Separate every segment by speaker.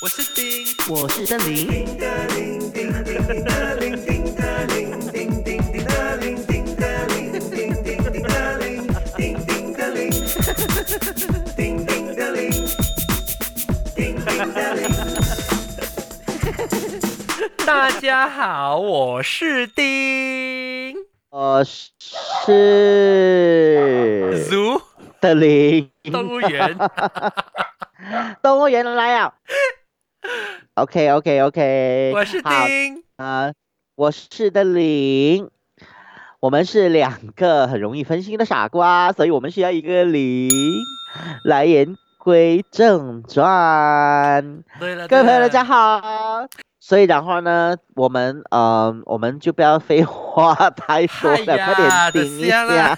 Speaker 1: 我是丁，
Speaker 2: 我是邓林，
Speaker 1: 大家好，我是丁，
Speaker 2: 我是
Speaker 1: 如
Speaker 2: 邓林。
Speaker 1: 动物园，
Speaker 2: 动物园来啊 了。OK OK OK，
Speaker 1: 我是
Speaker 2: 好
Speaker 1: 丁，
Speaker 2: 啊、我是邓林。我们是两个很容易分心的傻瓜，所以我们需要一个零来言归正传。
Speaker 1: 对了，
Speaker 2: 各
Speaker 1: 对
Speaker 2: 位朋友，
Speaker 1: 了
Speaker 2: 大家，好。所以然后呢，我们呃，我们就不要废话太多了，
Speaker 1: 嗨哎呀
Speaker 2: 快点听一
Speaker 1: 等下啦
Speaker 2: 下。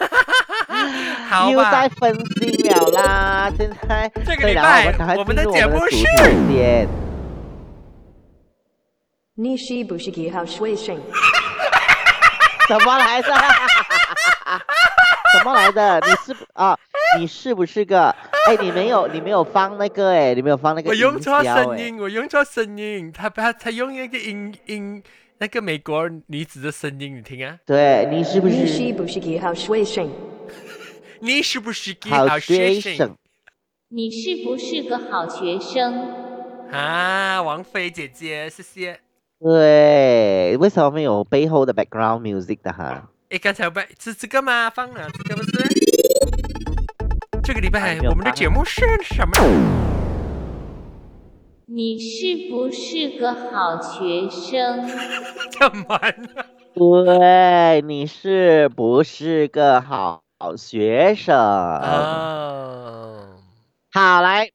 Speaker 1: 好
Speaker 2: 又在
Speaker 1: 吧，
Speaker 2: 分心了啦，现在。
Speaker 1: 这个
Speaker 2: 对，
Speaker 1: 礼
Speaker 2: 然后
Speaker 1: 拜
Speaker 2: 我们赶快
Speaker 1: 我们
Speaker 2: 进
Speaker 1: 的
Speaker 2: 入
Speaker 1: 节目
Speaker 2: 主
Speaker 1: 是
Speaker 2: 题先。
Speaker 3: Nishi Bushiki House Wei Sheng.
Speaker 2: 什么来着？什么来的？你是不啊？你是不是个？哎，你没有，你没有放那个哎、你没有放那个
Speaker 1: 我
Speaker 2: 营
Speaker 1: 用错
Speaker 2: 销
Speaker 1: 声
Speaker 2: 哎
Speaker 1: 音，我用错声音，他他他用那个音音那个美国女子的声音，你听啊，
Speaker 2: 对你是不是
Speaker 3: Nishi Bushiki House Wei Sheng.
Speaker 1: 你是不是给
Speaker 2: 好
Speaker 1: 学
Speaker 2: 学
Speaker 1: 生
Speaker 2: 生？
Speaker 4: 你是不是个好学生？
Speaker 1: 啊？王菲姐姐，谢谢。
Speaker 2: 对，为什么没有背后的 background music 的哈？
Speaker 1: 诶，哎刚才不是这个吗？放了这个不是？这个礼
Speaker 2: 哎
Speaker 1: 拜
Speaker 2: 没有
Speaker 1: 我们的
Speaker 2: 放
Speaker 1: 节目是什么？
Speaker 4: 你是不是个好学生？
Speaker 1: 干嘛呢？
Speaker 2: 对，你是不是个好学生？
Speaker 1: 嗯啊哦，
Speaker 2: 好，来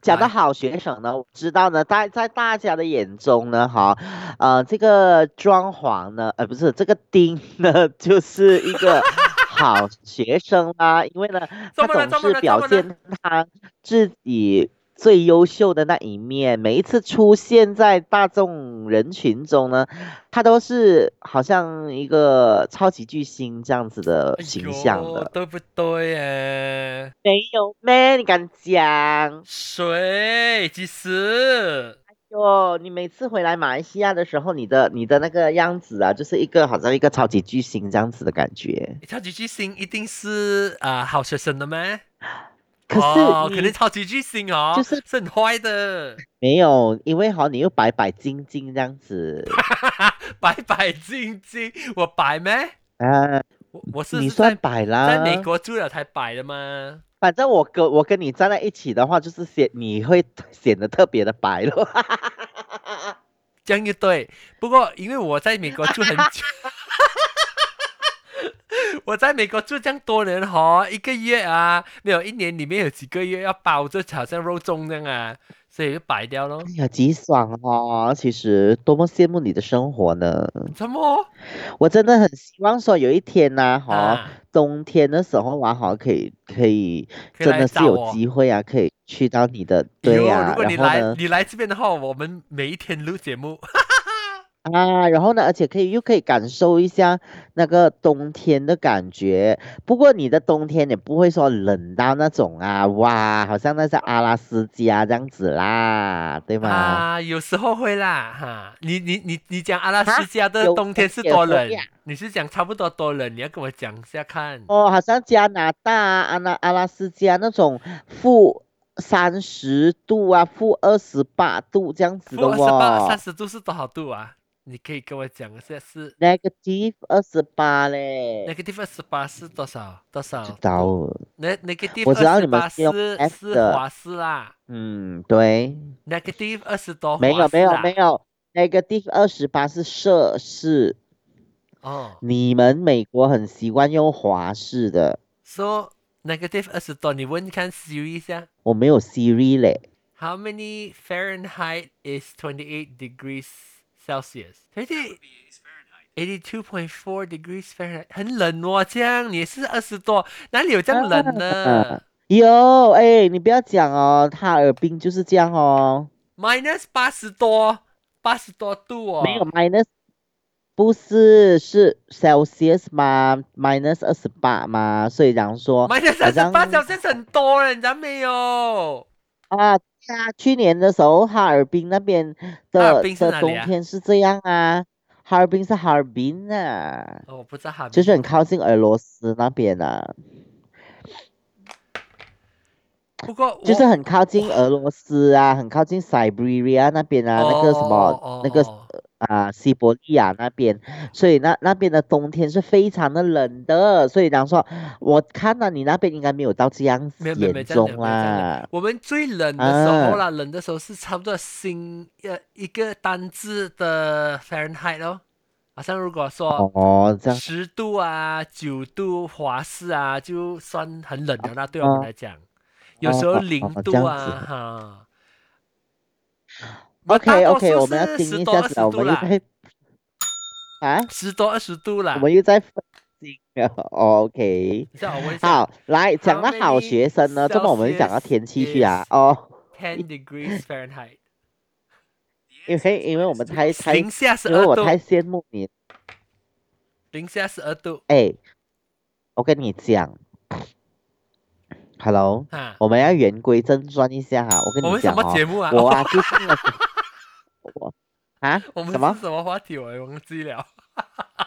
Speaker 2: 讲到
Speaker 1: 来
Speaker 2: 好学生呢，我知道呢，大在大家的眼中呢，哈，呃，这个装潢呢，呃，不是这个丁呢， 就是一 个好学生啦，因为呢，
Speaker 1: 怎
Speaker 2: 他
Speaker 1: 么了
Speaker 2: 总
Speaker 1: 怎么
Speaker 2: 是
Speaker 1: 了
Speaker 2: 表
Speaker 1: 怎么了
Speaker 2: 现他自己。最优秀的那一面，每一次出现在大众人群中呢，他都是好像一个超级巨星这样子的
Speaker 1: 哎
Speaker 2: 形
Speaker 1: 呦
Speaker 2: 象的。
Speaker 1: 对不对耶？
Speaker 2: 没有咩？你敢讲？
Speaker 1: 水啊几十？
Speaker 2: 哟，你每次回来马来西亚的时候，你的你的那个样子啊，就是一个好像一个超级巨星这样子的感觉。
Speaker 1: 超级巨星一定是啊、好学生的吗？
Speaker 2: 可
Speaker 1: 哦，
Speaker 2: 是
Speaker 1: 可
Speaker 2: 你
Speaker 1: 能超级巨星哦，
Speaker 2: 就是
Speaker 1: 是很坏的，
Speaker 2: 没有，因为哈，你又白白净净这样 子
Speaker 1: 白白净净，我白咩？
Speaker 2: 啊，
Speaker 1: 我我是
Speaker 2: 你
Speaker 1: 是在
Speaker 2: 算白啊啦。
Speaker 1: 在美，国住了才白的吗？
Speaker 2: 反正我跟我跟你站在一起的话，就是显你会显得特别的白咯。 哎
Speaker 1: 这样就对。不过因为我在美国住很 久，我在美国住这样多年哈、一个月啊，没有一年里面有几个月要包着好像肉粽这样啊，所以就白掉咯。
Speaker 2: 哎呀，极爽哦！其实多么羡慕你的生活呢！
Speaker 1: 怎么？
Speaker 2: 我真的很希望说有一天呐、哈、
Speaker 1: 啊，
Speaker 2: 冬天的时候啊，好像可以可以，
Speaker 1: 可以
Speaker 2: 真
Speaker 1: 来
Speaker 2: 的是
Speaker 1: 找
Speaker 2: 有
Speaker 1: 我
Speaker 2: 机会啊，可以去到你的
Speaker 1: 哎
Speaker 2: 对
Speaker 1: 呦
Speaker 2: 呀、
Speaker 1: 如
Speaker 2: 啊，
Speaker 1: 果你
Speaker 2: 然后
Speaker 1: 来
Speaker 2: 呢
Speaker 1: 你来这边的话，我们每一天录节目。
Speaker 2: 啊，然后呢，而且可以又可以感受一下那个冬天的感觉。不过你的冬天也不会说冷到那种啊，哇，好像那在阿拉斯加这样子啦，对吗？
Speaker 1: 啊，有时候会啦，哈，你你你你讲阿拉
Speaker 2: 啊
Speaker 1: 斯加的
Speaker 2: 有
Speaker 1: 冬天是
Speaker 2: 有
Speaker 1: 多
Speaker 2: 时候
Speaker 1: 冷
Speaker 2: 呀？
Speaker 1: 你是讲差不多多冷？你要跟我讲一下看。
Speaker 2: 哦，好像加拿大啊、阿拉阿拉斯加那种负三十度啊，负二十八度这样子的
Speaker 1: 负二十八、
Speaker 2: 哦。
Speaker 1: 三十度是多少度啊？你可以跟我讲一下是
Speaker 2: negative 二十八嘞。
Speaker 1: negative 二十八是多少？多少
Speaker 2: 知
Speaker 1: 度？
Speaker 2: 道
Speaker 1: 道。
Speaker 2: 了，
Speaker 1: 那 negative
Speaker 2: 我知道
Speaker 1: 二
Speaker 2: 你
Speaker 1: 十
Speaker 2: 们
Speaker 1: 八
Speaker 2: 是用
Speaker 1: 是
Speaker 2: F
Speaker 1: 是
Speaker 2: 的
Speaker 1: 华氏啦
Speaker 2: 嗯，对，
Speaker 1: ，negative 二十多
Speaker 2: 没有
Speaker 1: 华氏
Speaker 2: 没有
Speaker 1: 啦
Speaker 2: 没有，negative 二十八是摄氏，
Speaker 1: 哦
Speaker 2: 你们美国很习惯用华氏的，
Speaker 1: ，so negative 二十多，你问看 Siri 一下
Speaker 2: 我没有 Siri 嘞，
Speaker 1: ，How many Fahrenheit is twenty eight degrees Celsius? Twenty eighty two point four degrees Fahrenheit，很冷哦，这样你是二十多，哪里有这样冷
Speaker 2: 啊
Speaker 1: 呢？
Speaker 2: 有，哎，你不要讲哦，哈尔滨就是这样哦，
Speaker 1: minus 八十多，八十多度哦。
Speaker 2: 没有 minus，不是是 Celsius 吗？minus 二十八吗？所以讲说
Speaker 1: minus
Speaker 2: 好
Speaker 1: 三十
Speaker 2: 像
Speaker 1: 八小时很多了，你知道没有？
Speaker 2: 啊，对啊，去年的时候哈尔滨那边的
Speaker 1: 滨是
Speaker 2: 的
Speaker 1: 哪里
Speaker 2: 冬
Speaker 1: 啊
Speaker 2: 天是这样啊，哈尔滨是哈尔滨啊，
Speaker 1: 哦，我不知道哈，
Speaker 2: 就是很靠近俄罗斯那边啊，
Speaker 1: 不过
Speaker 2: 就是
Speaker 1: 我
Speaker 2: 很靠近俄罗斯啊，很靠近 Siberia 那边啊，那个什
Speaker 1: 哦
Speaker 2: 么
Speaker 1: 哦
Speaker 2: 那个
Speaker 1: 哦
Speaker 2: 啊西伯利亚那边，所以那那边的冬天是非常的冷的，所以讲说，我看到你那边应该没有到这样
Speaker 1: 没有没有没有
Speaker 2: 严
Speaker 1: 这样的，
Speaker 2: 重
Speaker 1: 没
Speaker 2: 啊
Speaker 1: 有这样的
Speaker 2: 啦。
Speaker 1: 我们最冷的时候啦，冷的时候是差不多新呃一个单字的 Fahrenheit 咯。好像如果说
Speaker 2: 哦，这样
Speaker 1: 十度啊、九度华氏啊，就算很冷的那对我们
Speaker 2: 哦
Speaker 1: 来讲，有时候
Speaker 2: 哦
Speaker 1: 零
Speaker 2: 哦这
Speaker 1: 度
Speaker 2: 样
Speaker 1: 啊
Speaker 2: 子
Speaker 1: 哈。
Speaker 2: OK
Speaker 1: 大多
Speaker 2: OK，
Speaker 1: 数
Speaker 2: 我们要
Speaker 1: 是
Speaker 2: 盯
Speaker 1: 10
Speaker 2: 一
Speaker 1: 多20
Speaker 2: 下子啊，我
Speaker 1: 度
Speaker 2: 们又
Speaker 1: 啦
Speaker 2: 在啊，
Speaker 1: 十多二十度啦
Speaker 2: 我。们又在分心了。OK，
Speaker 1: 你知道 我问一下
Speaker 2: 好，来讲
Speaker 1: How
Speaker 2: 到好
Speaker 1: many
Speaker 2: 学生呢，这么我们就讲到
Speaker 1: Celsius
Speaker 2: 天气去啊
Speaker 1: is-。
Speaker 2: 哦，
Speaker 1: ，ten degrees Fahrenheit，
Speaker 2: 因为因为我们太太，
Speaker 1: 零
Speaker 2: 因
Speaker 1: 下十
Speaker 2: 为
Speaker 1: 二
Speaker 2: 我
Speaker 1: 度，
Speaker 2: 太羡慕你。
Speaker 1: 零下十二度
Speaker 2: 哎，我跟你讲，Hello，
Speaker 1: 啊。
Speaker 2: 我们要言归正传一下哈。我跟
Speaker 1: 我
Speaker 2: 你
Speaker 1: 们什
Speaker 2: 讲
Speaker 1: 么
Speaker 2: 哦，
Speaker 1: 节目啊？
Speaker 2: 我啊最近的我啊
Speaker 1: 我们
Speaker 2: 什么
Speaker 1: 是？什么话题？我也忘记了。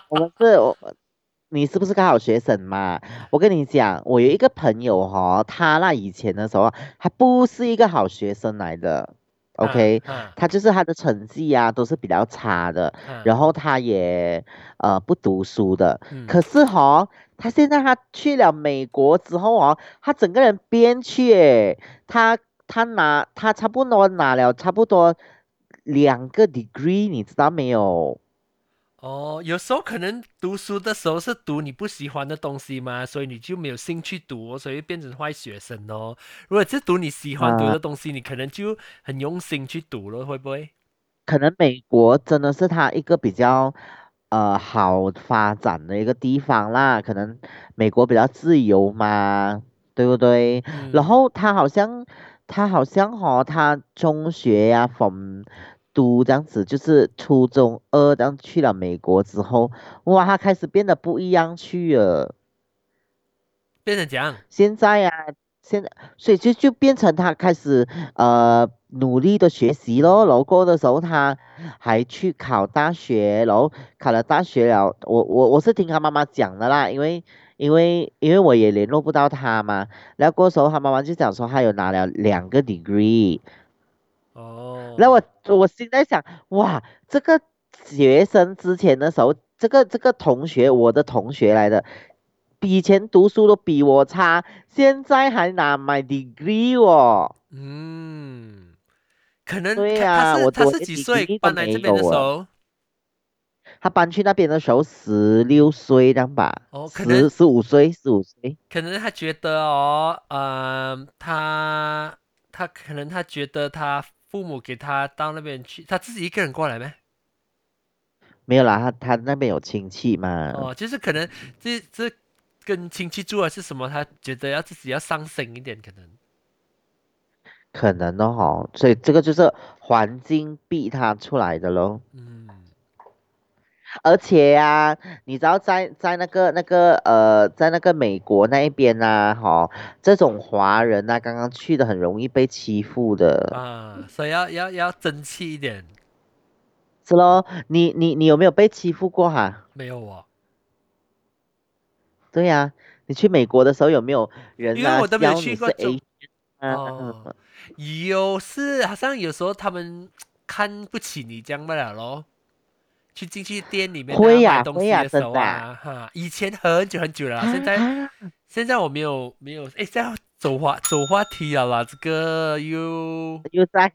Speaker 2: 我们是，我你是不是个好学生嘛？我跟你讲，我有一个朋友哈、他那以前的时候，他不是一个好学生来的，OK，、
Speaker 1: 啊
Speaker 2: 他就是他的成绩啊都是比较差的，
Speaker 1: 啊
Speaker 2: 然后他也呃不读书的，
Speaker 1: 嗯
Speaker 2: 可是哈、他现在他去了美国之后哦，他整个人变去诶，他他拿他差不多拿了差不多两个 degree，你知道没有？
Speaker 1: 哦，有时候可能读书的时候是读你不喜欢的东西嘛，所以你就没有兴趣读，所以变成坏学生哦。如果是读你喜欢读
Speaker 2: 啊
Speaker 1: 的东西，你可能就很用心去读了，会不会？
Speaker 2: 可能美国真的是它一个比较呃好发展的一个地方啦，可能美国比较自由嘛，对不对？
Speaker 1: 嗯
Speaker 2: 然后他好像他好像哦，他中学呀、from 读这样子，就是初中二这样去了美国之后，哇，他开始变得不一样去了。
Speaker 1: 变成怎样？
Speaker 2: 现在啊，现在，所以就就变成他开始呃努力的学习咯，然后过的时候他还去考大学，然后考了大学了，我我我是听他妈妈讲的啦，因为因为因为我也联络不到他嘛，然后过的时候他妈妈就讲说他有拿了两个 degree，
Speaker 1: 哦，
Speaker 2: 然后我我心在想，哇，这个学生之前的时候，这个这个同学，我的同学来的，以前读书都比我差，现在还拿 my degree 哦。
Speaker 1: 嗯，可能
Speaker 2: 对
Speaker 1: 他
Speaker 2: 呀
Speaker 1: 他是
Speaker 2: 我
Speaker 1: 他
Speaker 2: 我
Speaker 1: 是
Speaker 2: 连
Speaker 1: 几
Speaker 2: 比
Speaker 1: 岁
Speaker 2: 基尼都
Speaker 1: 搬来
Speaker 2: 没
Speaker 1: 这边的
Speaker 2: 有
Speaker 1: 时
Speaker 2: 啊
Speaker 1: 候？
Speaker 2: 他搬去那边的时候十六岁这样吧，
Speaker 1: 哦可能
Speaker 2: 十十五岁，十五岁。
Speaker 1: 可能他觉得哦，呃，他他可能他觉得他父母给他到那边去，他自己一个人过来呗。
Speaker 2: 没有啦，他他那边有亲戚嘛。
Speaker 1: 哦，就是可能这这跟亲戚住还啊是什么，他觉得要自己要上升一点，可能。
Speaker 2: 可能的哈，所以这个就是环境逼他出来的咯。
Speaker 1: 嗯，
Speaker 2: 而且啊，你知道在在那个那个呃，在那个美国那一边呐、哈，这种华人呐、刚刚去的很容易被欺负的，
Speaker 1: 啊，所以要要要争气一点，
Speaker 2: 是咯？你你你有没有被欺负过哈、
Speaker 1: 没有哦，
Speaker 2: 对呀、你去美国的时候有没有人
Speaker 1: 因为
Speaker 2: 啊
Speaker 1: 我都没有
Speaker 2: 教
Speaker 1: 去
Speaker 2: 你
Speaker 1: 过
Speaker 2: 是
Speaker 1: 中
Speaker 2: A 啊？
Speaker 1: 哦
Speaker 2: 嗯
Speaker 1: 有是好像有时候他们看不起你这样不了咯。去进去店里面啊
Speaker 2: 会呀
Speaker 1: 买东
Speaker 2: 会
Speaker 1: 西
Speaker 2: 呀
Speaker 1: 的时候
Speaker 2: 真的
Speaker 1: 啊，
Speaker 2: 啊
Speaker 1: 哈、以前很久很久了啦，现在
Speaker 2: 啊
Speaker 1: 现在我没有没有，哎，这样走话走话题了啦，这个 又
Speaker 2: 又在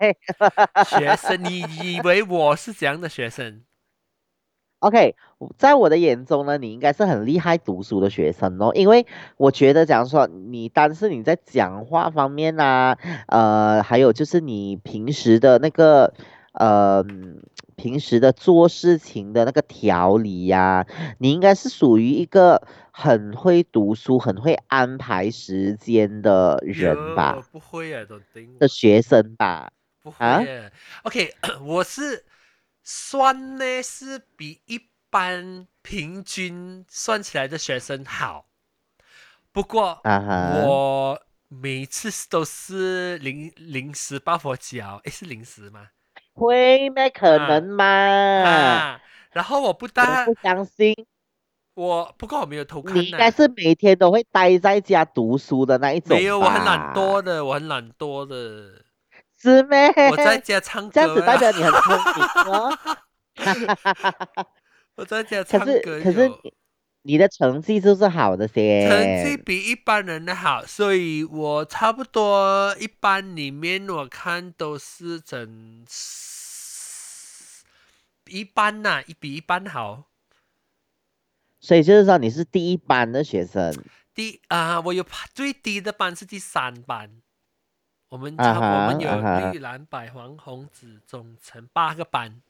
Speaker 1: 学生，你以为我是怎样的学生？
Speaker 2: OK，我在我的眼中呢，你应该是很厉害读书的学生哦，因为我觉得，假如说你单是你在讲话方面呐、呃，还有就是你平时的那个，呃，平时的做事情的那个条理呀、你应该是属于一个很会读书、很会安排时间的人
Speaker 1: 哟
Speaker 2: 吧，
Speaker 1: 不会耶，董丁，
Speaker 2: 的学生吧。
Speaker 1: 不会
Speaker 2: 啊
Speaker 1: 耶。OK，我 是算呢是比一般平均算起来的学生好，不过
Speaker 2: 啊哈
Speaker 1: 我每次都是零零食抱佛脚，诶，是零食吗？
Speaker 2: 会咩？可能吗？
Speaker 1: 啊，然后我不但
Speaker 2: 嗯我不相信，
Speaker 1: 我不过我没有偷看、啊，
Speaker 2: 你应该是每天都会待在家读书的那一种。
Speaker 1: 没有，我很懒惰，的，我很懒惰的，
Speaker 2: 是咩？
Speaker 1: 我在家唱
Speaker 2: 这
Speaker 1: 歌
Speaker 2: 样子代
Speaker 1: 啦，
Speaker 2: 表你很聪明 哦。
Speaker 1: 我在家唱
Speaker 2: 可是
Speaker 1: 歌
Speaker 2: 可是
Speaker 1: 有。
Speaker 2: 你你的成绩就是好的先，
Speaker 1: 成绩比一般人的好，所以我差不多一般里面我看都是整一般呐、一比一般好。
Speaker 2: 所以就是说你是第一班的学生。
Speaker 1: 第啊、我有排最低的班是第三班，我们差
Speaker 2: 啊
Speaker 1: 我们
Speaker 2: 哈啊
Speaker 1: 有
Speaker 2: 哈
Speaker 1: 绿蓝白黄红紫中橙八个班，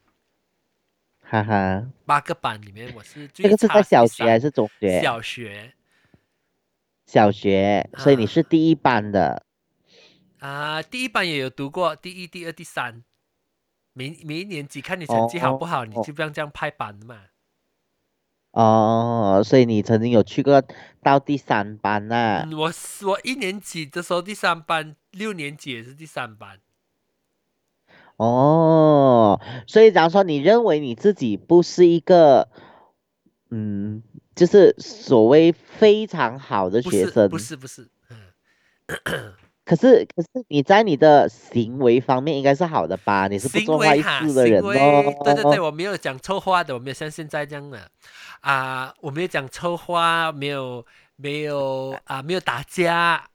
Speaker 2: 哈哈，
Speaker 1: 八个班里面我是最
Speaker 2: 这个是
Speaker 1: 差
Speaker 2: 在小
Speaker 1: 第
Speaker 2: 学
Speaker 1: 三
Speaker 2: 还是中学？
Speaker 1: 小学
Speaker 2: 小学，所以你是
Speaker 1: 啊
Speaker 2: 第一班的。
Speaker 1: 啊、第一班也有读过，第一、第二、第三。每每一年级看你成绩好不好，你
Speaker 2: 哦
Speaker 1: 就不要这样派班的嘛。
Speaker 2: 哦，所以你曾经有去过到第三班啊呐、
Speaker 1: 嗯，我是我一年级的时候第三班，六年级也是第三班。
Speaker 2: 哦，所以假如说你认为你自己不是一个，嗯，就是所谓非常好的
Speaker 1: 不
Speaker 2: 学
Speaker 1: 是
Speaker 2: 生，
Speaker 1: 不是不是，嗯，
Speaker 2: 可是可是你在你的行为方面应该是好的吧？你是不
Speaker 1: 行
Speaker 2: 做
Speaker 1: 为
Speaker 2: 坏
Speaker 1: 哈，
Speaker 2: 事的人
Speaker 1: 行为
Speaker 2: 哦。
Speaker 1: 对对对，我没有讲臭话的，我没有像现在这样的啊、我没有讲臭话，没有没有啊、没有打架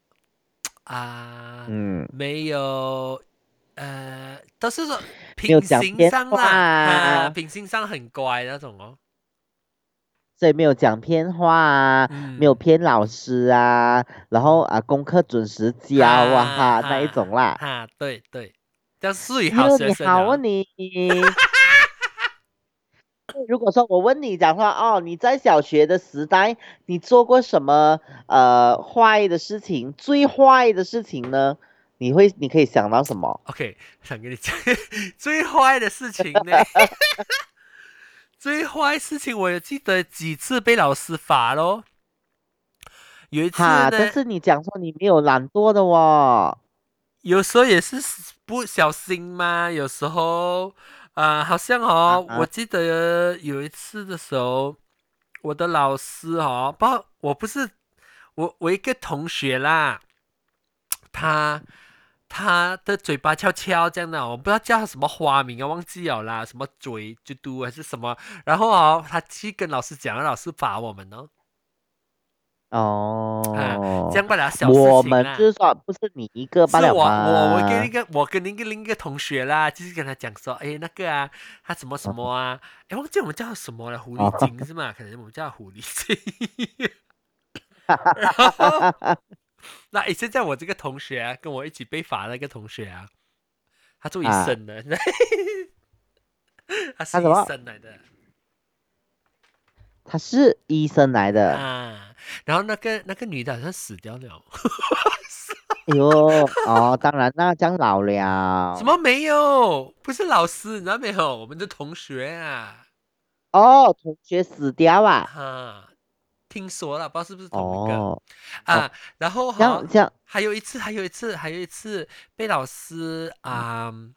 Speaker 1: 啊、
Speaker 2: 嗯，
Speaker 1: 没有呃，都是说
Speaker 2: 没有
Speaker 1: 品
Speaker 2: 讲
Speaker 1: 行
Speaker 2: 偏
Speaker 1: 上
Speaker 2: 话
Speaker 1: 啦，啊，
Speaker 2: 啊
Speaker 1: 品行上很乖那种哦，
Speaker 2: 所以没有讲偏话啊，
Speaker 1: 嗯，
Speaker 2: 没有骗老师啊，然后啊功课准时交啊哈那一种啦。
Speaker 1: 哈、啊对对，这样是属于
Speaker 2: 哟，
Speaker 1: 好学
Speaker 2: 你
Speaker 1: 生
Speaker 2: 好
Speaker 1: 了
Speaker 2: 啊你。 如果说我问你讲话哦，你在小学的时代，你做过什么呃坏的事情？最坏的事情呢？你会你可以想到什么？
Speaker 1: OK，想跟你讲 最坏的事情呢， 最坏事情我有记得几次被老师罚咯。有一次呢，
Speaker 2: 哈，但是你讲说你没有懒惰的哦。
Speaker 1: 有时候也是不小心嘛，有时候啊、呃好像哦，
Speaker 2: 啊哈
Speaker 1: 我记得有一次的时候，我的老师哦，不，我不是我我一个同学啦，他他的嘴巴翘翘这样的哦，我不知道叫他什么花名啊，忘记了啦，什么嘴就嘟还是什么，然后哦，他去跟老师讲，让老师罚我们哦，
Speaker 2: 哦，
Speaker 1: 啊，这样罢了，小事情啦。
Speaker 2: 我们就是说不是你一个
Speaker 1: 是
Speaker 2: 罢
Speaker 1: 我我我
Speaker 2: 了
Speaker 1: 跟
Speaker 2: 吗
Speaker 1: 那个我跟那个另一个同学啦，就是跟他讲说，哎，那个啊，他什么什么啊，哎，忘记我们叫他什么了，狐
Speaker 2: 嗯哦
Speaker 1: 狸精是吗？可能我们叫他狐狸 精。然后，那诶，现在我这个同学、啊、跟我一起被罚的那个同学啊，他做医
Speaker 2: 啊
Speaker 1: 生的， 他是
Speaker 2: 他什么
Speaker 1: 医生来的。
Speaker 2: 他是医生来的。
Speaker 1: 啊，然后那个那个女的好像死掉了，
Speaker 2: 哦哎呦，哦，当然啦，这样老了。
Speaker 1: 什么没有？不是老师，你知道没有？我们的同学啊，
Speaker 2: 哦，同学死掉啊！
Speaker 1: 啊，听说了，不知道是不是同一个、
Speaker 2: 哦，
Speaker 1: 啊。然后
Speaker 2: 这
Speaker 1: ，Oh 好
Speaker 2: 样，这样，
Speaker 1: 还有一次，还有一次，还有一次被老师啊、
Speaker 2: 嗯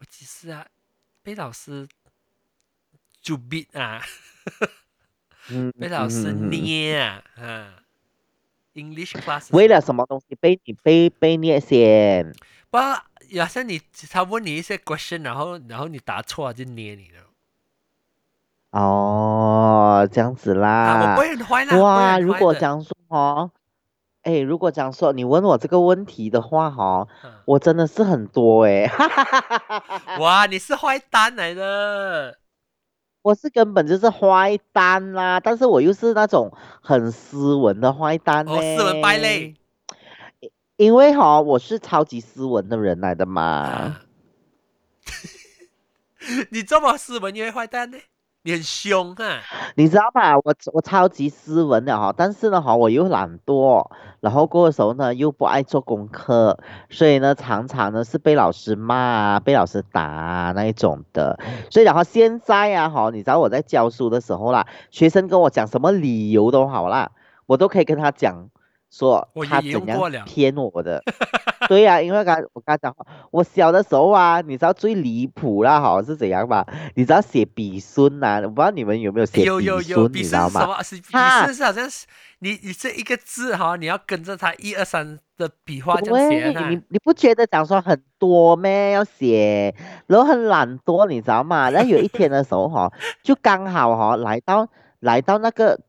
Speaker 1: 我几次啊，被老师就逼啊，
Speaker 2: 嗯，
Speaker 1: 被老师
Speaker 2: 嗯嗯嗯嗯
Speaker 1: 捏啊，啊，English class
Speaker 2: 为了什么东西被你被被虐先？
Speaker 1: 不，好像你他问你一些 question，然后然后你答错就捏你了。
Speaker 2: 哦，这样子
Speaker 1: 啊，我
Speaker 2: 啦
Speaker 1: 不。会很坏啦，我不会
Speaker 2: 哇，
Speaker 1: 很
Speaker 2: 如
Speaker 1: 坏
Speaker 2: 果
Speaker 1: 的
Speaker 2: 讲说哦，哎，如果讲说你问我这个问题的话哦，
Speaker 1: 啊
Speaker 2: 我真的是很多哎、
Speaker 1: 哇，你是坏蛋来的。
Speaker 2: 我是根本就是坏蛋啦，但是我又是那种很斯文的坏蛋
Speaker 1: 哦斯文败类
Speaker 2: 嘞。因为哈、我是超级斯文的人来的嘛，
Speaker 1: 啊， 你这么斯文，你会坏蛋呢？你很凶啊！
Speaker 2: 你知道吧？我我超级斯文的哈、但是呢哈、我又懒惰，然后过的时候呢又不爱做功课，所以呢常常呢是被老师骂啊，被老师打啊那一种的。所以然后现在啊哈、你知道我在教书的时候啦，学生跟我讲什么理由都好啦，我都可以跟他讲。说
Speaker 1: 我
Speaker 2: 他
Speaker 1: 也
Speaker 2: 怎
Speaker 1: 用过了
Speaker 2: 样骗我的。 对呀、因为刚我刚讲话，我小的时候啊，你知道最离谱啦，好像是怎样吧？你知道写笔顺呐、我不知道你们有没有写
Speaker 1: 有有有，
Speaker 2: 顺，
Speaker 1: 比
Speaker 2: 你
Speaker 1: 是
Speaker 2: 知
Speaker 1: 什
Speaker 2: 道吗？
Speaker 1: 么？是比
Speaker 2: 哈
Speaker 1: 是是好像是你你这一个字哈，你要跟着它一二三的笔画这样写啊
Speaker 2: 对，
Speaker 1: 呢
Speaker 2: 你。你不觉得讲说很多咩要写，然后很懒惰，你知道吗？然后有一天的时候 哈、就刚好哈、来到来到那个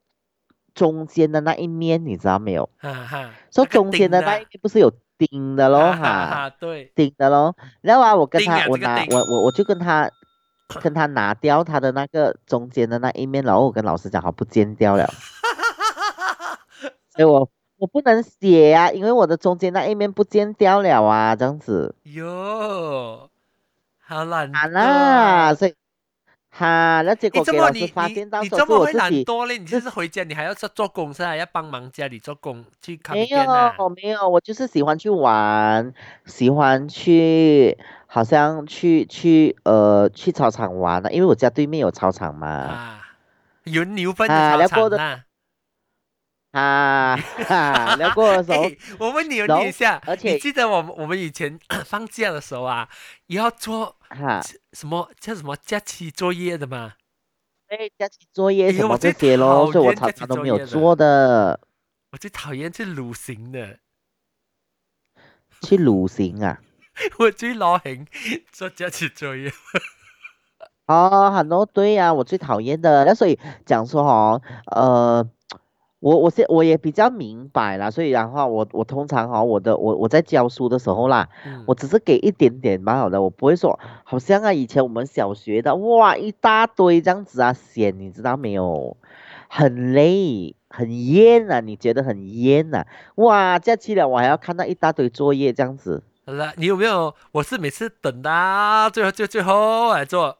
Speaker 2: 中间的那一面，你知道没有？
Speaker 1: 哈哈，那个
Speaker 2: 说中间的
Speaker 1: 钉啊
Speaker 2: 那一面不是有钉的咯
Speaker 1: 哈哈
Speaker 2: 哈
Speaker 1: 哈，对，
Speaker 2: 钉的咯。然后啊，我跟
Speaker 1: 钉
Speaker 2: 他，
Speaker 1: 啊
Speaker 2: 我
Speaker 1: 这个
Speaker 2: 拿
Speaker 1: 钉
Speaker 2: 我我我就跟他跟他拿掉他的那个中间的那一面，然后我跟老师讲好不见掉 了。所以我我不能写啊，因为我的中间那一面不见掉了啊，这样子
Speaker 1: 哟，好懒
Speaker 2: 啊
Speaker 1: 惰
Speaker 2: 啦，所以哈、那结
Speaker 1: 嗯你
Speaker 2: 果
Speaker 1: 这
Speaker 2: 给
Speaker 1: 么
Speaker 2: 老
Speaker 1: 你
Speaker 2: 师发
Speaker 1: 你
Speaker 2: 现到
Speaker 1: 你
Speaker 2: 说
Speaker 1: 这
Speaker 2: 是
Speaker 1: 么
Speaker 2: 我
Speaker 1: 会
Speaker 2: 自
Speaker 1: 懒
Speaker 2: 己。
Speaker 1: 惰嘞？你 就是回家你还要做做工是吧？要帮忙家里做工去咖啡
Speaker 2: 没
Speaker 1: 店啊？
Speaker 2: 有没有，我就是喜欢去玩，喜欢去，好像去去呃去操场玩了、因为我家对面有操场嘛。
Speaker 1: 啊，有牛粪
Speaker 2: 啊
Speaker 1: 的
Speaker 2: 聊
Speaker 1: 操
Speaker 2: 过
Speaker 1: 场
Speaker 2: 的
Speaker 1: 啦。
Speaker 2: 啊，哈，聊过的时候
Speaker 1: 哎，我问你，我
Speaker 2: 然
Speaker 1: 问
Speaker 2: 后
Speaker 1: 你一下，
Speaker 2: 而
Speaker 1: 你
Speaker 2: 且
Speaker 1: 记得我们我们以前放假的时候啊，也要做
Speaker 2: 哈，
Speaker 1: 什么叫什么假期作业的嘛？
Speaker 2: 因为假期作业
Speaker 1: 哎
Speaker 2: 什
Speaker 1: 呦我
Speaker 2: 么
Speaker 1: 最
Speaker 2: 这些咯，
Speaker 1: 讨
Speaker 2: 所以我
Speaker 1: 厌
Speaker 2: 常
Speaker 1: 假期
Speaker 2: 常都
Speaker 1: 作
Speaker 2: 没有
Speaker 1: 业了
Speaker 2: 做的。
Speaker 1: 我最讨厌去旅行的，
Speaker 2: 去旅行啊！
Speaker 1: 我最老恨做假期作业。
Speaker 2: 哦，很多对呀、我最讨厌的。那所以讲说哦，呃，我我现我也比较明白啦，所以然后我我通常哈、哦，我的我我在教书的时候啦，
Speaker 1: 嗯
Speaker 2: 我只是给一点点蛮好的，我不会说好像啊以前我们小学的哇一大堆这样子啊写，你知道没有？很累，很厌啊，你觉得很厌啊？哇，假期了我还要看到一大堆作业这样子。
Speaker 1: 好了，你有没有？我是每次等到最后最最后来做。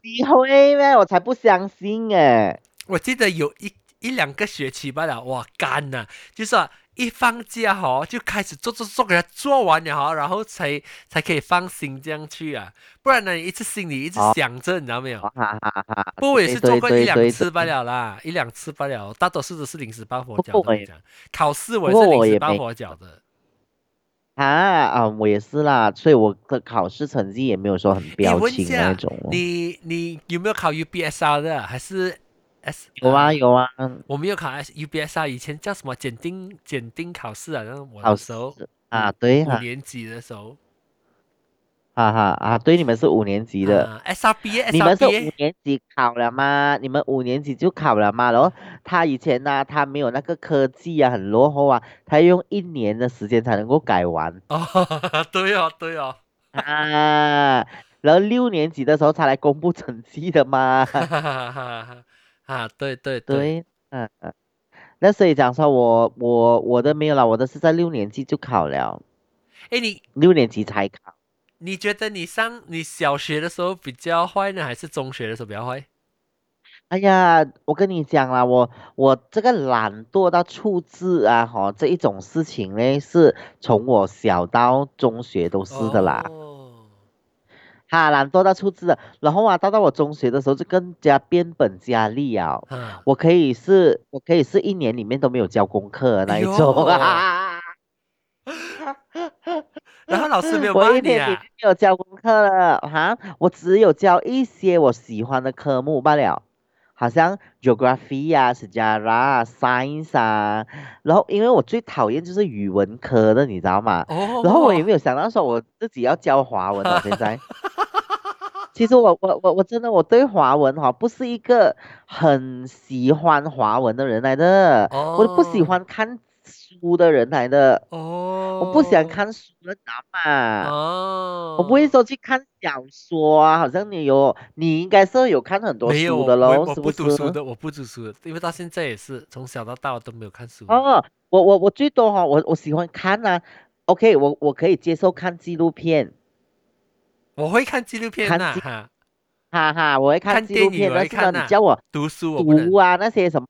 Speaker 2: 你会咩？我才不相信哎、
Speaker 1: 我记得有一一两个学期罢了，哇，干呐、就是啊、一放假哈、就开始做做做，给他做完了哈、然后才才可以放心这样去啊，不然呢，一次心里一直
Speaker 2: 哦
Speaker 1: 想着，你知道没有？
Speaker 2: 哈哈哈哈！
Speaker 1: 不过我也是
Speaker 2: 对
Speaker 1: 做过一两次。
Speaker 2: 对对对
Speaker 1: 罢了啦，一两次罢了，大多数都是临时抱佛脚。
Speaker 2: 不过
Speaker 1: 我
Speaker 2: 我
Speaker 1: 跟
Speaker 2: 也
Speaker 1: 你讲，考试我也
Speaker 2: 不过
Speaker 1: 是临
Speaker 2: 我
Speaker 1: 时
Speaker 2: 也
Speaker 1: 抱
Speaker 2: 没
Speaker 1: 佛脚的。
Speaker 2: 啊啊，我也是啦，所以我的考试成绩也没有说很
Speaker 1: 你
Speaker 2: 标
Speaker 1: 问一
Speaker 2: 清那
Speaker 1: 下
Speaker 2: 一种哦。
Speaker 1: 你你有没有考 UBSR 的？还是 S？
Speaker 2: 有啊有啊，
Speaker 1: 我没有考 S UBSR，以前叫什么检定检定考试啊？然后我
Speaker 2: 考
Speaker 1: 那
Speaker 2: 试
Speaker 1: 时候
Speaker 2: 啊，对
Speaker 1: 五
Speaker 2: 哈，
Speaker 1: 年级的时候，
Speaker 2: 哈哈啊，对，你们是五年级的，
Speaker 1: 啊、SRB
Speaker 2: 你们是五
Speaker 1: SRB
Speaker 2: 年级考了吗？你们五年级就考了吗？然后他以前呢、他没有那个科技啊，很落后啊，他用一年的时间才能够改完
Speaker 1: 哦， 对哦对哦，
Speaker 2: 啊，然后六年级的时候才来公布成绩的嘛。
Speaker 1: 哈哈哈哈哈 啊对对 对，
Speaker 2: 对，嗯嗯。那所以讲说我我我的没有了，我的是在六年级就考了，
Speaker 1: 哎你
Speaker 2: 六年级才考。
Speaker 1: 你觉得你上你小学的时候比较坏呢，还是中学的时候比较坏？
Speaker 2: 哎呀，我跟你讲啦，我我这个懒惰到处置啊，哈，这一种事情呢，是从我小到中学都是的啦，
Speaker 1: 哦
Speaker 2: 哈，懒惰到处置的。然后啊，到到我中学的时候就更加变本加厉啊，
Speaker 1: 啊，
Speaker 2: 我可以是，我可以是一年里面都没有交功课的那一种 啊。
Speaker 1: 然后老师没有
Speaker 2: 我
Speaker 1: 骂
Speaker 2: 一
Speaker 1: 你
Speaker 2: 年里
Speaker 1: 啊
Speaker 2: 面，没有教功课了哈，我只有教一些我喜欢的科目罢了，好像 geography 啊、sejarah 啊、science 啊，然后因为我最讨厌就是语文科的，你知道吗？
Speaker 1: 哦，
Speaker 2: 然后我也没有想到说我自己要教华文了，啊现 在。其实我我我我真的我对华文哈、不是一个很喜欢华文的人来的，我都不喜
Speaker 1: 哦
Speaker 2: 欢看书的人来的，
Speaker 1: 哦，
Speaker 2: 我不喜欢看书的，你啊知道吗？
Speaker 1: 哦，
Speaker 2: 我不会说去看小说啊，好像你有，你应该是有看很多
Speaker 1: 没有，
Speaker 2: 书
Speaker 1: 我
Speaker 2: 的喽，
Speaker 1: 我我
Speaker 2: 是
Speaker 1: 不
Speaker 2: 是
Speaker 1: 读？书的，我不读书的，因为到现在也是从小到大我都没有看书。
Speaker 2: 哦，我我我最多哈、我我喜欢看啊。OK，我我可以接受看纪录片，
Speaker 1: 我会看纪录片
Speaker 2: 看
Speaker 1: 呐、
Speaker 2: 纪
Speaker 1: 哈，
Speaker 2: 哈哈，我会
Speaker 1: 看
Speaker 2: 纪录
Speaker 1: 电影
Speaker 2: 片，
Speaker 1: 我
Speaker 2: 但
Speaker 1: 会
Speaker 2: 是
Speaker 1: 看
Speaker 2: 呢，
Speaker 1: 啊
Speaker 2: 你叫我
Speaker 1: 读书我不能
Speaker 2: 读。啊那些什么，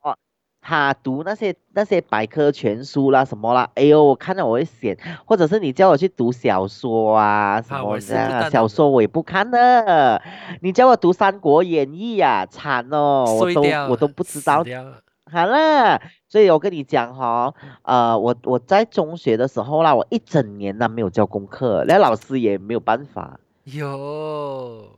Speaker 2: 哈，读那些那些百科全书啦什么啦，哎呦，我看到我会嫌，或者是你叫我去读小说啊什
Speaker 1: 啊我
Speaker 2: 么
Speaker 1: 是
Speaker 2: 这
Speaker 1: 不
Speaker 2: 样啊，
Speaker 1: 大脑
Speaker 2: 小
Speaker 1: 的
Speaker 2: 说我也不看的，你叫我读《三国演义》呀，惨哦，
Speaker 1: 碎
Speaker 2: 我都
Speaker 1: 掉
Speaker 2: 我都
Speaker 1: 了
Speaker 2: 不知
Speaker 1: 死
Speaker 2: 道
Speaker 1: 掉了
Speaker 2: 好啦，所以我跟你讲哈、呃，我我在中学的时候啦，我一整年呢没有交功课，那老师也没有办法，
Speaker 1: 有，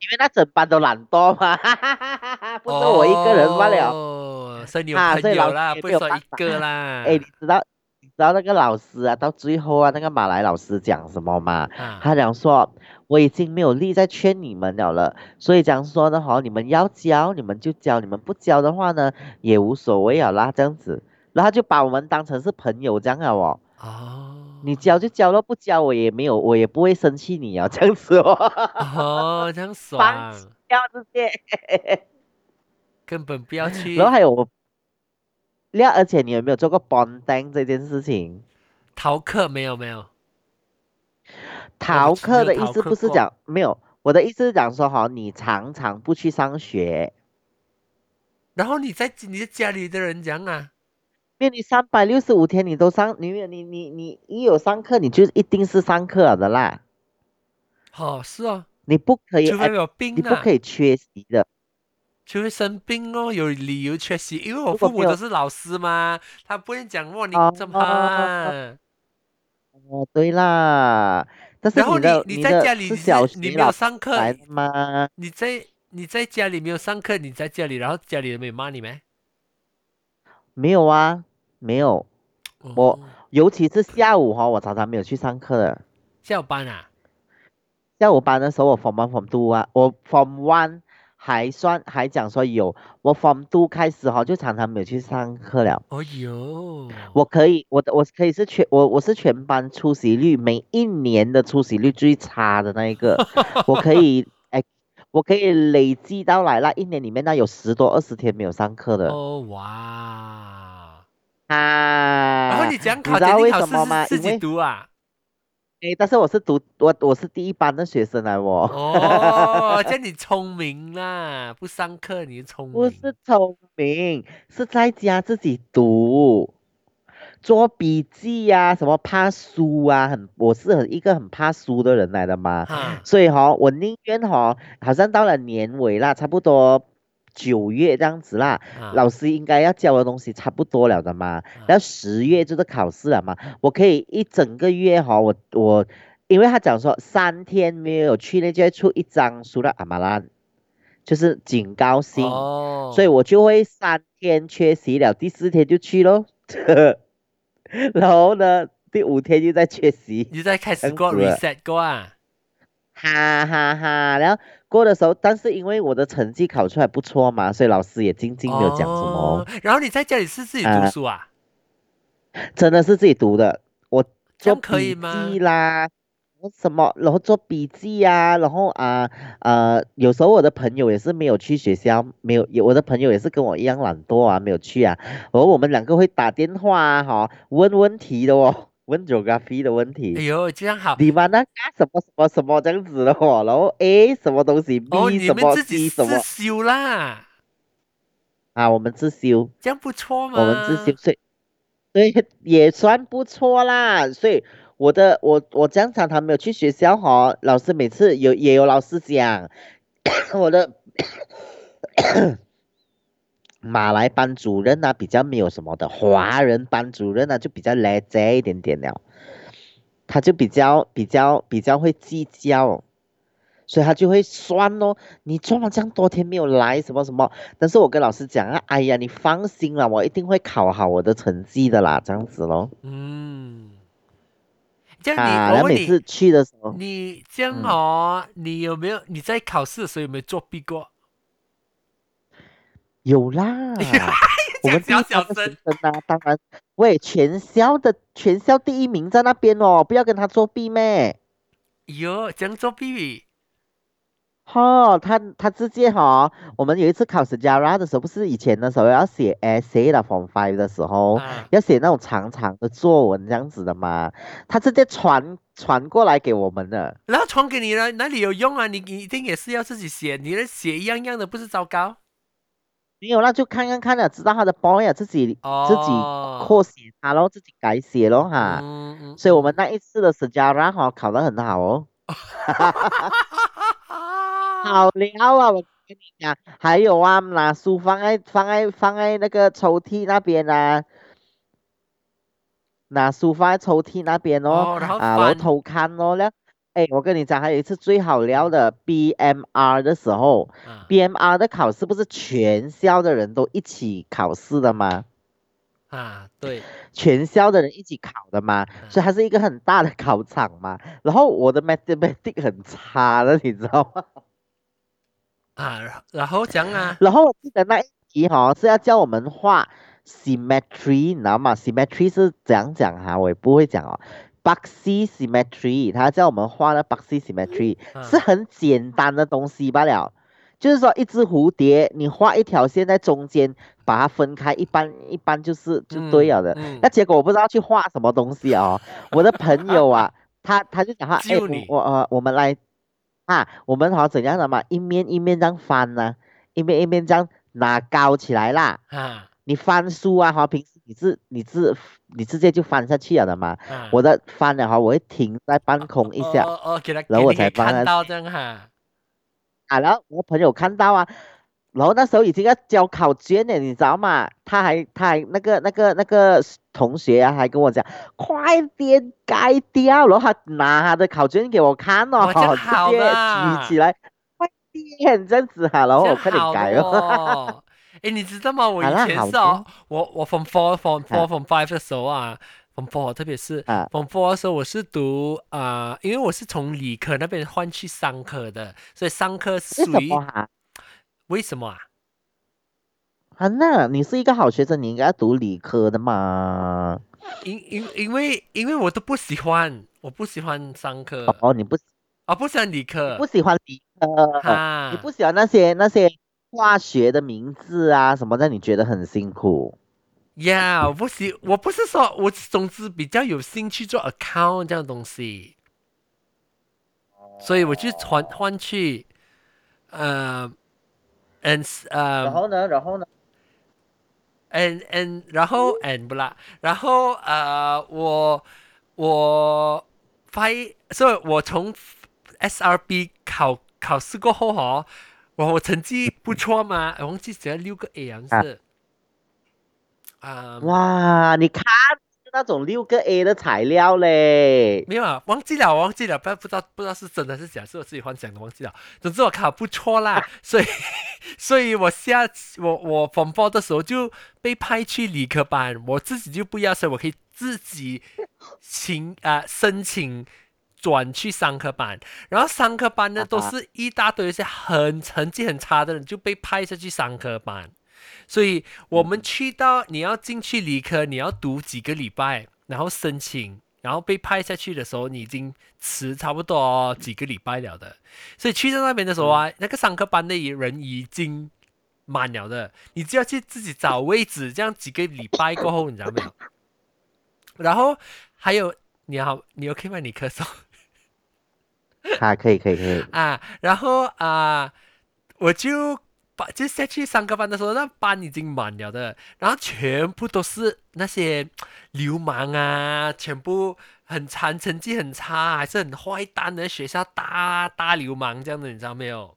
Speaker 2: 因为那整班都懒惰嘛，哈哈哈哈哈，不是我一个人罢了。
Speaker 1: 哦，所以你有
Speaker 2: 啊所
Speaker 1: 朋
Speaker 2: 以老
Speaker 1: 友
Speaker 2: 师
Speaker 1: 啦，
Speaker 2: 也
Speaker 1: 不
Speaker 2: 没
Speaker 1: 是
Speaker 2: 有
Speaker 1: 说
Speaker 2: 办
Speaker 1: 一个啦。
Speaker 2: 哎，你知道你知道那个老师啊，到最后啊，那个马来老师讲什么吗？
Speaker 1: 啊，
Speaker 2: 他讲说，我已经没有力再劝你们了了，所以讲说呢，哈，你们要教你们就教，你们不教的话呢，也无所谓了啦，这样子。然后他就把我们当成是朋友这样了哦，
Speaker 1: 哦，
Speaker 2: 你教就教咯，不教我也没有，我也不会生气你啊，这样子哦，
Speaker 1: 哦，这样爽
Speaker 2: 放，要直接。
Speaker 1: 根本不要去
Speaker 2: 然后还有我，那而且你有没有做过 bonding 这件事情？
Speaker 1: 逃课，没有没有，
Speaker 2: 逃
Speaker 1: 知没有
Speaker 2: 课的意
Speaker 1: 逃
Speaker 2: 思
Speaker 1: 课
Speaker 2: 不是
Speaker 1: 过
Speaker 2: 讲没有，我的意思是讲说哈，你常常不去上学，
Speaker 1: 然后你在你的家里的人讲啊，
Speaker 2: 因为你三百六十五天你都上，你有你你你一有上课你就一定是上课了的啦，
Speaker 1: 哦，是哦，
Speaker 2: 你不可以
Speaker 1: 除非
Speaker 2: ab-
Speaker 1: 有病
Speaker 2: 哎
Speaker 1: 啊
Speaker 2: 你不
Speaker 1: 啦
Speaker 2: 可，以缺席的。
Speaker 1: 除非生病哦，有理由缺席，因为我
Speaker 2: 如果
Speaker 1: 父
Speaker 2: 没
Speaker 1: 母都
Speaker 2: 有
Speaker 1: 是老师嘛，他不会讲哇你
Speaker 2: 哦
Speaker 1: 怎么啊，
Speaker 2: 哦，对啦，但是
Speaker 1: 然后
Speaker 2: 你的
Speaker 1: 你
Speaker 2: 你
Speaker 1: 在
Speaker 2: 的
Speaker 1: 家里
Speaker 2: 是
Speaker 1: 你
Speaker 2: 小
Speaker 1: 在
Speaker 2: 学
Speaker 1: 你没
Speaker 2: 老
Speaker 1: 有
Speaker 2: 师
Speaker 1: 上课
Speaker 2: 来，的吗？
Speaker 1: 你在你在家里没有上课，你在家里，然后家里人没有骂你没？
Speaker 2: 没有啊，没有，我
Speaker 1: 哦
Speaker 2: 尤其是下午哈、我常常没有去上课的。
Speaker 1: 下午班啊，
Speaker 2: 下午班的时候，我 from one from two 啊，我 from one 还算还讲说有，我 from two 开始哈就常常没有去上课了。
Speaker 1: 哦哟，
Speaker 2: 我可以，我的我可以是全我我是全班出席率每一年的出席率最差的那 一个，我可以哎，我可以累计到来那一年里面那有十多二十天没有上课的、
Speaker 1: 哦哇，
Speaker 2: 啊。
Speaker 1: 然后你讲
Speaker 2: 你
Speaker 1: 考
Speaker 2: 知道
Speaker 1: 检定
Speaker 2: 为
Speaker 1: 考
Speaker 2: 什么吗
Speaker 1: 试是自
Speaker 2: 因
Speaker 1: 己
Speaker 2: 为
Speaker 1: 读啊？
Speaker 2: 哎，但是我是读我我是第一班的学生来我。
Speaker 1: 哦，这样你聪明啦，不上课你就聪明。
Speaker 2: 不是聪明，是在家自己读，做笔记呀、什么怕输啊，很，我是很一个很怕输的人来的嘛，
Speaker 1: 哈，
Speaker 2: 所以哈、我宁愿哈、好像到了年尾啦，差不多九月这样子啦，
Speaker 1: 啊
Speaker 2: 老师应该要教的东西差不多了的嘛，然后十月就是考试了嘛，我可以一整个月哈、我我，因为他讲说三天没有去那就会出一张书的阿玛兰，就是警告信。
Speaker 1: 哦，
Speaker 2: 所以我就会三天缺席了，第四天就去咯， 然后呢，第五天又再缺席，
Speaker 1: 你在开始
Speaker 2: 很
Speaker 1: 过
Speaker 2: 苦了
Speaker 1: reset 过啊？
Speaker 2: 哈哈哈。然后过的时候，但是因为我的成绩考出来不错嘛，所以老师也静静没有讲什么，
Speaker 1: 哦。然后你在家里是自己读
Speaker 2: 啊
Speaker 1: 书啊？
Speaker 2: 真的是自己读的，我
Speaker 1: 这
Speaker 2: 做
Speaker 1: 样可以
Speaker 2: 笔
Speaker 1: 吗
Speaker 2: 记啦。然后什么？然后做笔记呀、然后啊呃，有时候我的朋友也是没有去学校，没有，有我的朋友也是跟我一样懒惰啊，没有去啊。然后我们两个会打电话啊，哈，问问题的哦， 问 geography 的问题。
Speaker 1: 哎呦，这样好。
Speaker 2: 你们那个什么什么什么这样子的哦，然后 A 什么东西
Speaker 1: 哦，
Speaker 2: ，B
Speaker 1: 你
Speaker 2: 什
Speaker 1: 们
Speaker 2: 么
Speaker 1: 自己
Speaker 2: C
Speaker 1: 自
Speaker 2: 什么
Speaker 1: 修啦，
Speaker 2: 啊，我们自修，
Speaker 1: 这样不错嘛。
Speaker 2: 我们自修，所以所以也算不错啦。所以我的我我这样常常没有去学校哈，老师每次有也有老师讲 我的 马来班主任啊比较没有什么的，华人班主任啊就比较来宅一点点了，他就比较比较比较会计较。所以他就会算哦，你做了这样多天没有来什么什么，但是我跟老师讲啊，哎呀，你放心啦，我一定会考好我的成绩的啦，这样子咯。
Speaker 1: 嗯，这样你、
Speaker 2: 啊，然
Speaker 1: 我
Speaker 2: 后
Speaker 1: 问
Speaker 2: 每次
Speaker 1: 你，
Speaker 2: 去的时候，
Speaker 1: 你这样
Speaker 2: 嗯
Speaker 1: 哦，你有没有你在考试的时候有没有作弊过？，
Speaker 2: 有啦 我们第
Speaker 1: 讲
Speaker 2: 一
Speaker 1: 小
Speaker 2: 班的
Speaker 1: 声
Speaker 2: 学生啊，当然，喂，全校的全校第一名在那边哦，不要跟他作弊咩。
Speaker 1: 哟，这样作弊。
Speaker 2: 哦，他他直接哈、我们有一次考 s j a r a 的时候，不是以前的时候要写 essay 的 form five 的时候，
Speaker 1: 啊
Speaker 2: 要写那种长长的作文这样子的嘛，他直接传传过来给我们的。
Speaker 1: 然后传给你了，哪里有用啊？你你一定也是要自己写，你的写一样样的，不是糟糕？
Speaker 2: 没有，那就看看看了，知道他的包呀，自己、自
Speaker 1: 哦
Speaker 2: 己扩写它咯，自己改写咯哈。
Speaker 1: 嗯嗯
Speaker 2: 所以我们那一次的 s e j a r a 哈考得很好哦，
Speaker 1: 嗯
Speaker 2: 好料啊！我呀，还有啊，拿书放在放在放在那个抽屉那边啊，拿书放在抽屉那边哦，
Speaker 1: 哦，然后
Speaker 2: 啊，然后
Speaker 1: 翻
Speaker 2: 偷看哦了。哎，我跟你讲，还有一次最好聊的 BMR 的时候
Speaker 1: 啊
Speaker 2: ，BMR 的考试不是全校的人都一起考试的吗？
Speaker 1: 啊，对，
Speaker 2: 全校的人一起考的嘛，所以它是一个很大的考场嘛。然后我的 mathematics 很差的，你知道吗？
Speaker 1: 啊，然后然后讲啊，
Speaker 2: 然后我记得那一题哈、是要叫我们画 symmetry，你知道吗？symmetry 是怎样讲哈、我也不会讲哦。boxy symmetry，他叫我们画的 boxy symmetry
Speaker 1: 啊
Speaker 2: 是很简单的东西罢了。就是说，一只蝴蝶，你画一条线在中间，把它分开一般一般就是就对了的。
Speaker 1: 嗯
Speaker 2: 那结果我不知道去画什么东 西哦。我的朋友啊，他他就讲话，哎，
Speaker 1: 就
Speaker 2: 我
Speaker 1: 你
Speaker 2: 我呃，我们来啊，我们好像怎样的嘛，一面一面这样翻呢、一面一面这样拿高起来啦。
Speaker 1: 啊
Speaker 2: 你翻书啊，哈，平时你是你是你直接就翻下去了的嘛。
Speaker 1: 啊，
Speaker 2: 我的翻了哈，我会停在半空一下、
Speaker 1: 哦哦，给他，
Speaker 2: 然后
Speaker 1: 给
Speaker 2: 我
Speaker 1: 你可以
Speaker 2: 才帮
Speaker 1: 看
Speaker 2: 他
Speaker 1: 到这样哈，
Speaker 2: 啊，然后我朋友看到啊。然后那时候已经要交考卷了，你知道吗？他还他还那个那个那个同学啊，还跟我讲，快点改掉。然后他拿他的考卷给我看哦，
Speaker 1: 哇这样好
Speaker 2: 直接
Speaker 1: 啦
Speaker 2: 举起来，快点这样子哈、然后
Speaker 1: 这
Speaker 2: 我
Speaker 1: 样
Speaker 2: 快点
Speaker 1: 好
Speaker 2: 改
Speaker 1: 的
Speaker 2: 哦。
Speaker 1: 哦。哎，你知道吗？我
Speaker 2: 好
Speaker 1: 以
Speaker 2: 啦
Speaker 1: 前
Speaker 2: 好
Speaker 1: 是哦，我我 from four from four
Speaker 2: 啊
Speaker 1: from five 的时候啊，from four 特别是
Speaker 2: 啊
Speaker 1: from four 的时候，我是读啊、呃因为我是从理科那边换去商科的，所以商科
Speaker 2: 为
Speaker 1: 属
Speaker 2: 什
Speaker 1: 于
Speaker 2: 么啊哈、
Speaker 1: 为什么啊？
Speaker 2: 啊？那你是一个好学生，你应该读理科的嘛？
Speaker 1: 因因因为因为我都不喜欢，我不喜欢商科
Speaker 2: 哦，你不
Speaker 1: 啊，不喜欢理科，
Speaker 2: 不喜欢理科，
Speaker 1: 啊，
Speaker 2: 你不喜欢那些那些化学的名字啊什么的，你觉得很辛苦。
Speaker 1: 呀，我不喜，我不是说，我总之比较有兴趣做 account 这样东西，
Speaker 2: 哦
Speaker 1: 所以我就换换去，呃，and s-
Speaker 2: 然
Speaker 1: 呃
Speaker 2: 后呢，然后呢？
Speaker 1: and and 然后 and 不啦，然后呃，我我发，所以我从 SRB 考考试过后哦，我我成绩不错嘛，我忘记只要六个 A 好像是，啊、
Speaker 2: 哇，你看是那种六个 A 的材料嘞，
Speaker 1: 没有啊，忘记了，我忘记了，不不知道不知道是真的是假，是我自己幻想的，忘记了。总之我考不错啦，所以所以我下我我广播的时候就被派去理科班，我自己就不要，所以我可以自己请 啊、申请转去商科班。然后商科班呢，都是一大堆一些很成绩很差的人就被派下去商科班。所以我们去到你要进去理科，你要读几个礼拜，然后申请，然后被派下去的时候，你已经迟差不多哦几个礼拜了的。所以去到那边的时候啊，那个上课班的人已经满了的，你就要去自己找位置，这样几个礼拜过后，你知道没有？然后还有你好，你 OK 吗？你咳嗽。
Speaker 2: 啊，可以可以可以，
Speaker 1: 啊，然后啊、我就把就下去上个班的时候，那班已经满了的，然后全部都是那些流氓啊，全部很差，成绩很差，还是很坏蛋的学校大大流氓这样的，你知道没有？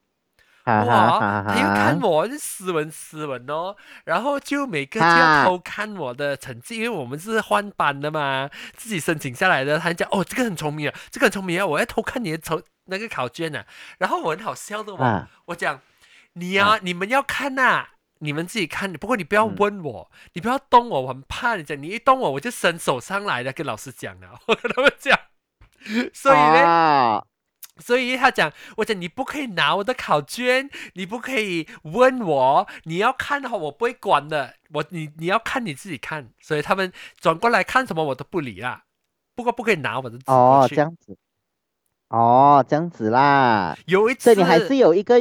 Speaker 2: 哈哈
Speaker 1: 哇
Speaker 2: 哈，
Speaker 1: 他又啊嗯哦看
Speaker 2: 哈。
Speaker 1: 我，就斯文斯文哦，然后就每个就要
Speaker 2: 啊
Speaker 1: 偷看我的成绩，因为我们是换班的嘛，自己申请下来的。他就讲哦，这个很聪明啊，这个很聪明啊，我要偷看你的成那个考卷啊。然后我很好笑的哦，
Speaker 2: 啊
Speaker 1: 我讲你呀、你们要看呐、你们自己看，不过你不要
Speaker 2: 嗯
Speaker 1: 问我，你不要动我，我很怕你讲，你一动我我就伸手上来了，跟老师讲了，我跟他们讲，所以呢。
Speaker 2: 哦
Speaker 1: 所以他讲，我讲你不可以拿我的考卷，你不可以问我，你要看的话我不会管的，我你你要看你自己看。所以他们转过来看什么我都不理啦，不过不可以拿我的直播
Speaker 2: 哦，
Speaker 1: 去。
Speaker 2: 这样子，哦，这样子啦，
Speaker 1: 有一次
Speaker 2: 所以你还是有一个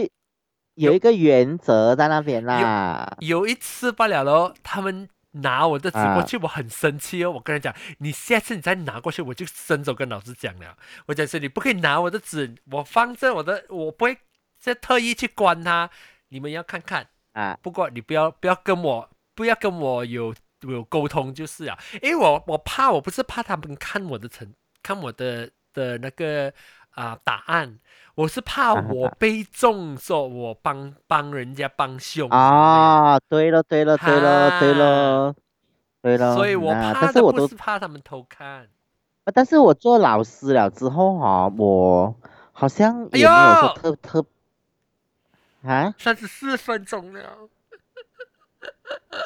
Speaker 2: 有一个原则在那边啦。
Speaker 1: 有一次罢了咯，他们拿我的直
Speaker 2: 啊
Speaker 1: 播去，我很生气哦。我跟他讲，你下次你再拿过去，我就伸手跟老师讲了。我讲说你不可以拿我的纸，我放在我的，我不会再特意去关它。你们要看看
Speaker 2: 啊，
Speaker 1: 不过你不要不要跟我不要跟我有有沟通就是啊，因为我我怕我不是怕他们看我的成看我的的那个啊、答案，我是怕我被中，说我帮帮人家帮凶
Speaker 2: 啊，对了对了对了对了对了，
Speaker 1: 所以我
Speaker 2: 啊
Speaker 1: 怕
Speaker 2: 但是
Speaker 1: 的
Speaker 2: 我
Speaker 1: 不
Speaker 2: 都
Speaker 1: 是怕他们偷看，
Speaker 2: 但是我做老师了之后哈、我好像
Speaker 1: 哎
Speaker 2: 也没有说
Speaker 1: 哟
Speaker 2: 特、特啊
Speaker 1: 三十四分钟了，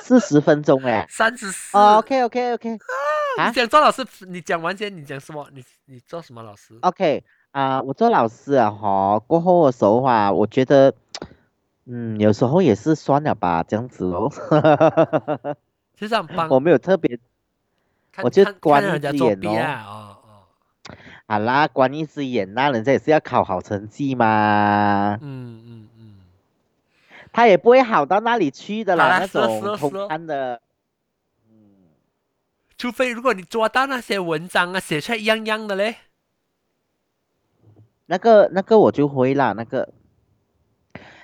Speaker 2: 四十分钟 哎、
Speaker 1: 三十四。
Speaker 2: 哦，OK OK OK 啊
Speaker 1: 你想做老师？你讲完先，你讲什么？你你做什么老师？
Speaker 2: OK 啊、我做老师啊哈，过后的时候啊，我觉得嗯，有时候也是算了吧，这样子哦，
Speaker 1: 就这样帮，
Speaker 2: 我没有特别
Speaker 1: 看
Speaker 2: 我就
Speaker 1: 看
Speaker 2: 关
Speaker 1: 看人
Speaker 2: 一
Speaker 1: 家
Speaker 2: 只
Speaker 1: 作
Speaker 2: 眼
Speaker 1: 弊
Speaker 2: 咯
Speaker 1: 啊！哦哦，
Speaker 2: 啊啦，关一只眼那人家也是要考好成绩嘛，
Speaker 1: 嗯嗯嗯，
Speaker 2: 他也不会好到那里去的
Speaker 1: 好
Speaker 2: 啦，
Speaker 1: 啦
Speaker 2: 那
Speaker 1: 是咯啊是
Speaker 2: 种
Speaker 1: 咯是
Speaker 2: 偷
Speaker 1: 咯
Speaker 2: 看的。嗯
Speaker 1: 除非如果你抓到那些文章啊，写出来一样样的嘞，
Speaker 2: 那个那个我就会啦，那个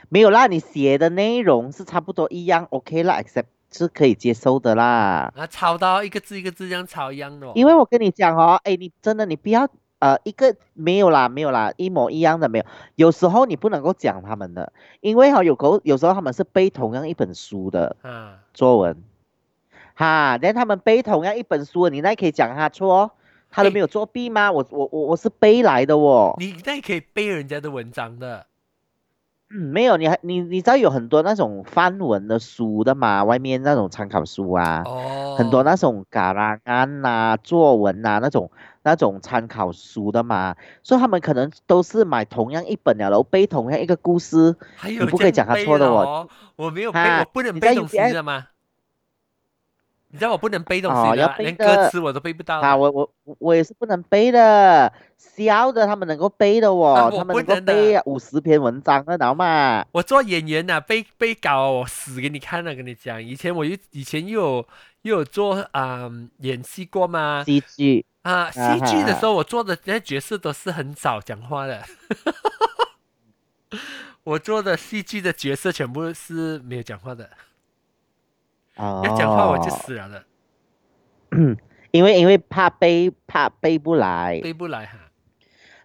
Speaker 2: 没有啦，你写的内容是差不多一样，OK 啦，except 是可以接受的啦。
Speaker 1: 啊，抄到一个字一个字这样抄一样的哦、
Speaker 2: 因为我跟你讲哦，哎，你真的你不要呃一个没有啦，没有啦，一模一样的没有。有时候你不能够讲他们的，因为哦哈、有狗有时候他们是背同样一本书的
Speaker 1: 啊，
Speaker 2: 作文，哈，连他们背同样一本书的，你那可以讲他错、哦，他都
Speaker 1: 哎
Speaker 2: 没有作弊吗？我我我我是背来的哦。
Speaker 1: 你那也可以背人家的文章的，
Speaker 2: 嗯，没有，你还你你知道有很多那种范文的书的嘛，外面那种参考书啊，
Speaker 1: 哦，
Speaker 2: 很多那种嘎啦安呐、啊作文呐、那种那种参考书的嘛，所以他们可能都是买同样一本了，然后背同样一个故事，
Speaker 1: 哦还
Speaker 2: 你
Speaker 1: 有
Speaker 2: 不
Speaker 1: 这
Speaker 2: 可
Speaker 1: 样
Speaker 2: 以讲他
Speaker 1: 背
Speaker 2: 错的
Speaker 1: 了
Speaker 2: 哦
Speaker 1: 哦，我没有背，
Speaker 2: 啊
Speaker 1: 我不能
Speaker 2: 你
Speaker 1: 背
Speaker 2: 在
Speaker 1: 东西
Speaker 2: UPS
Speaker 1: 的吗？你知道我不能背东
Speaker 2: 哦
Speaker 1: 西的
Speaker 2: 要
Speaker 1: 啊，
Speaker 2: 背
Speaker 1: 连
Speaker 2: 的
Speaker 1: 歌词我都背不到的。
Speaker 2: 啊，我我我也是不能背的，小的他们能够背的哦，
Speaker 1: 啊我
Speaker 2: 他们
Speaker 1: 不
Speaker 2: 能够
Speaker 1: 能的
Speaker 2: 背五十篇文章的，知道吗？
Speaker 1: 我做演员呐、背背稿啊我死给你看了、跟你讲，以前我又以前又有又有做啊、嗯演戏过嘛
Speaker 2: 戏剧
Speaker 1: 啊，戏
Speaker 2: 啊
Speaker 1: 剧
Speaker 2: 哈
Speaker 1: 的
Speaker 2: 哈
Speaker 1: 时候我做的那些角色都是很少讲话的， 我做的戏剧的角色全部是没有讲话的，
Speaker 2: 哦，
Speaker 1: 要讲话我就死了的，
Speaker 2: 因为因为怕背怕背不来。
Speaker 1: 背不来哈。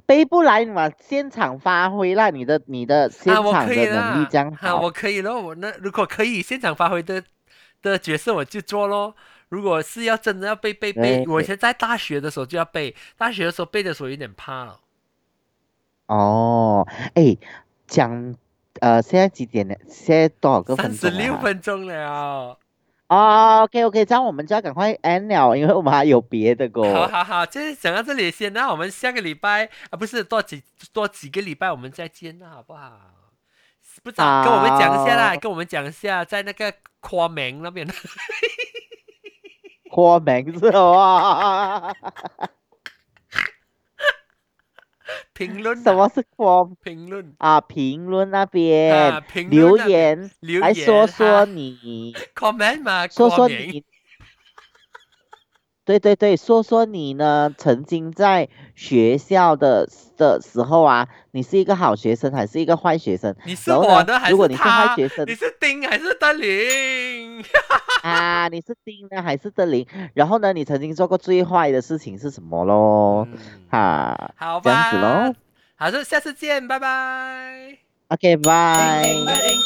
Speaker 2: 背不来，你嘛现场发挥啦，你的你的现
Speaker 1: 啊，我
Speaker 2: 场
Speaker 1: 可以
Speaker 2: 的能力
Speaker 1: 啦
Speaker 2: 这样，
Speaker 1: 啊，
Speaker 2: 好。
Speaker 1: 我可以咯，我那如果可以现场发挥的的角色我就做咯。如果是要真的要背背背，
Speaker 2: 对
Speaker 1: 我以前在大学的时候就要背，大学的时候背的时候有点怕了。
Speaker 2: 哦，哎，讲，呃，现在几点了？现在多少个
Speaker 1: 三
Speaker 2: 分
Speaker 1: 十
Speaker 2: 钟
Speaker 1: 六
Speaker 2: 啊
Speaker 1: 分钟了，
Speaker 2: 哦，OK OK，这样我们就要赶快 end 了，因为我们还有别的歌。
Speaker 1: 好啊好好，就是讲到这里先，那我们下个礼拜啊，不是多几多几个礼拜我们再见啦，好不好？不知道跟我们讲一下啦，
Speaker 2: 好
Speaker 1: 跟我们讲一下，在那个 m 名那边，
Speaker 2: 我名 字哇，
Speaker 1: 评论啊
Speaker 2: 什么是我
Speaker 1: 评论
Speaker 2: 啊？评论那
Speaker 1: 啊，
Speaker 2: 边
Speaker 1: 评论
Speaker 2: 留
Speaker 1: 那边
Speaker 2: 言
Speaker 1: 留
Speaker 2: 来
Speaker 1: 言
Speaker 2: 说
Speaker 1: 哈
Speaker 2: 说你，
Speaker 1: comment 嘛，
Speaker 2: 说
Speaker 1: 歌
Speaker 2: 说
Speaker 1: 名
Speaker 2: 你。 对对对，说说你呢？曾经在学校的的时候啊，你是一个好学生还是一个坏学生？
Speaker 1: 你是
Speaker 2: 然后
Speaker 1: 我
Speaker 2: 呢
Speaker 1: 的还
Speaker 2: 如果
Speaker 1: 是
Speaker 2: 你是
Speaker 1: 他
Speaker 2: 坏学生
Speaker 1: 你是丁还是邓林？
Speaker 2: 啊，你是丁呢还是德林？然后呢，你曾经做过最坏的事情是什么咯？
Speaker 1: 嗯
Speaker 2: 哈
Speaker 1: 好
Speaker 2: 哦这样子
Speaker 1: 吧
Speaker 2: 咯，
Speaker 1: 好，就下次见，拜拜。
Speaker 2: ，OK，拜。
Speaker 1: 叮叮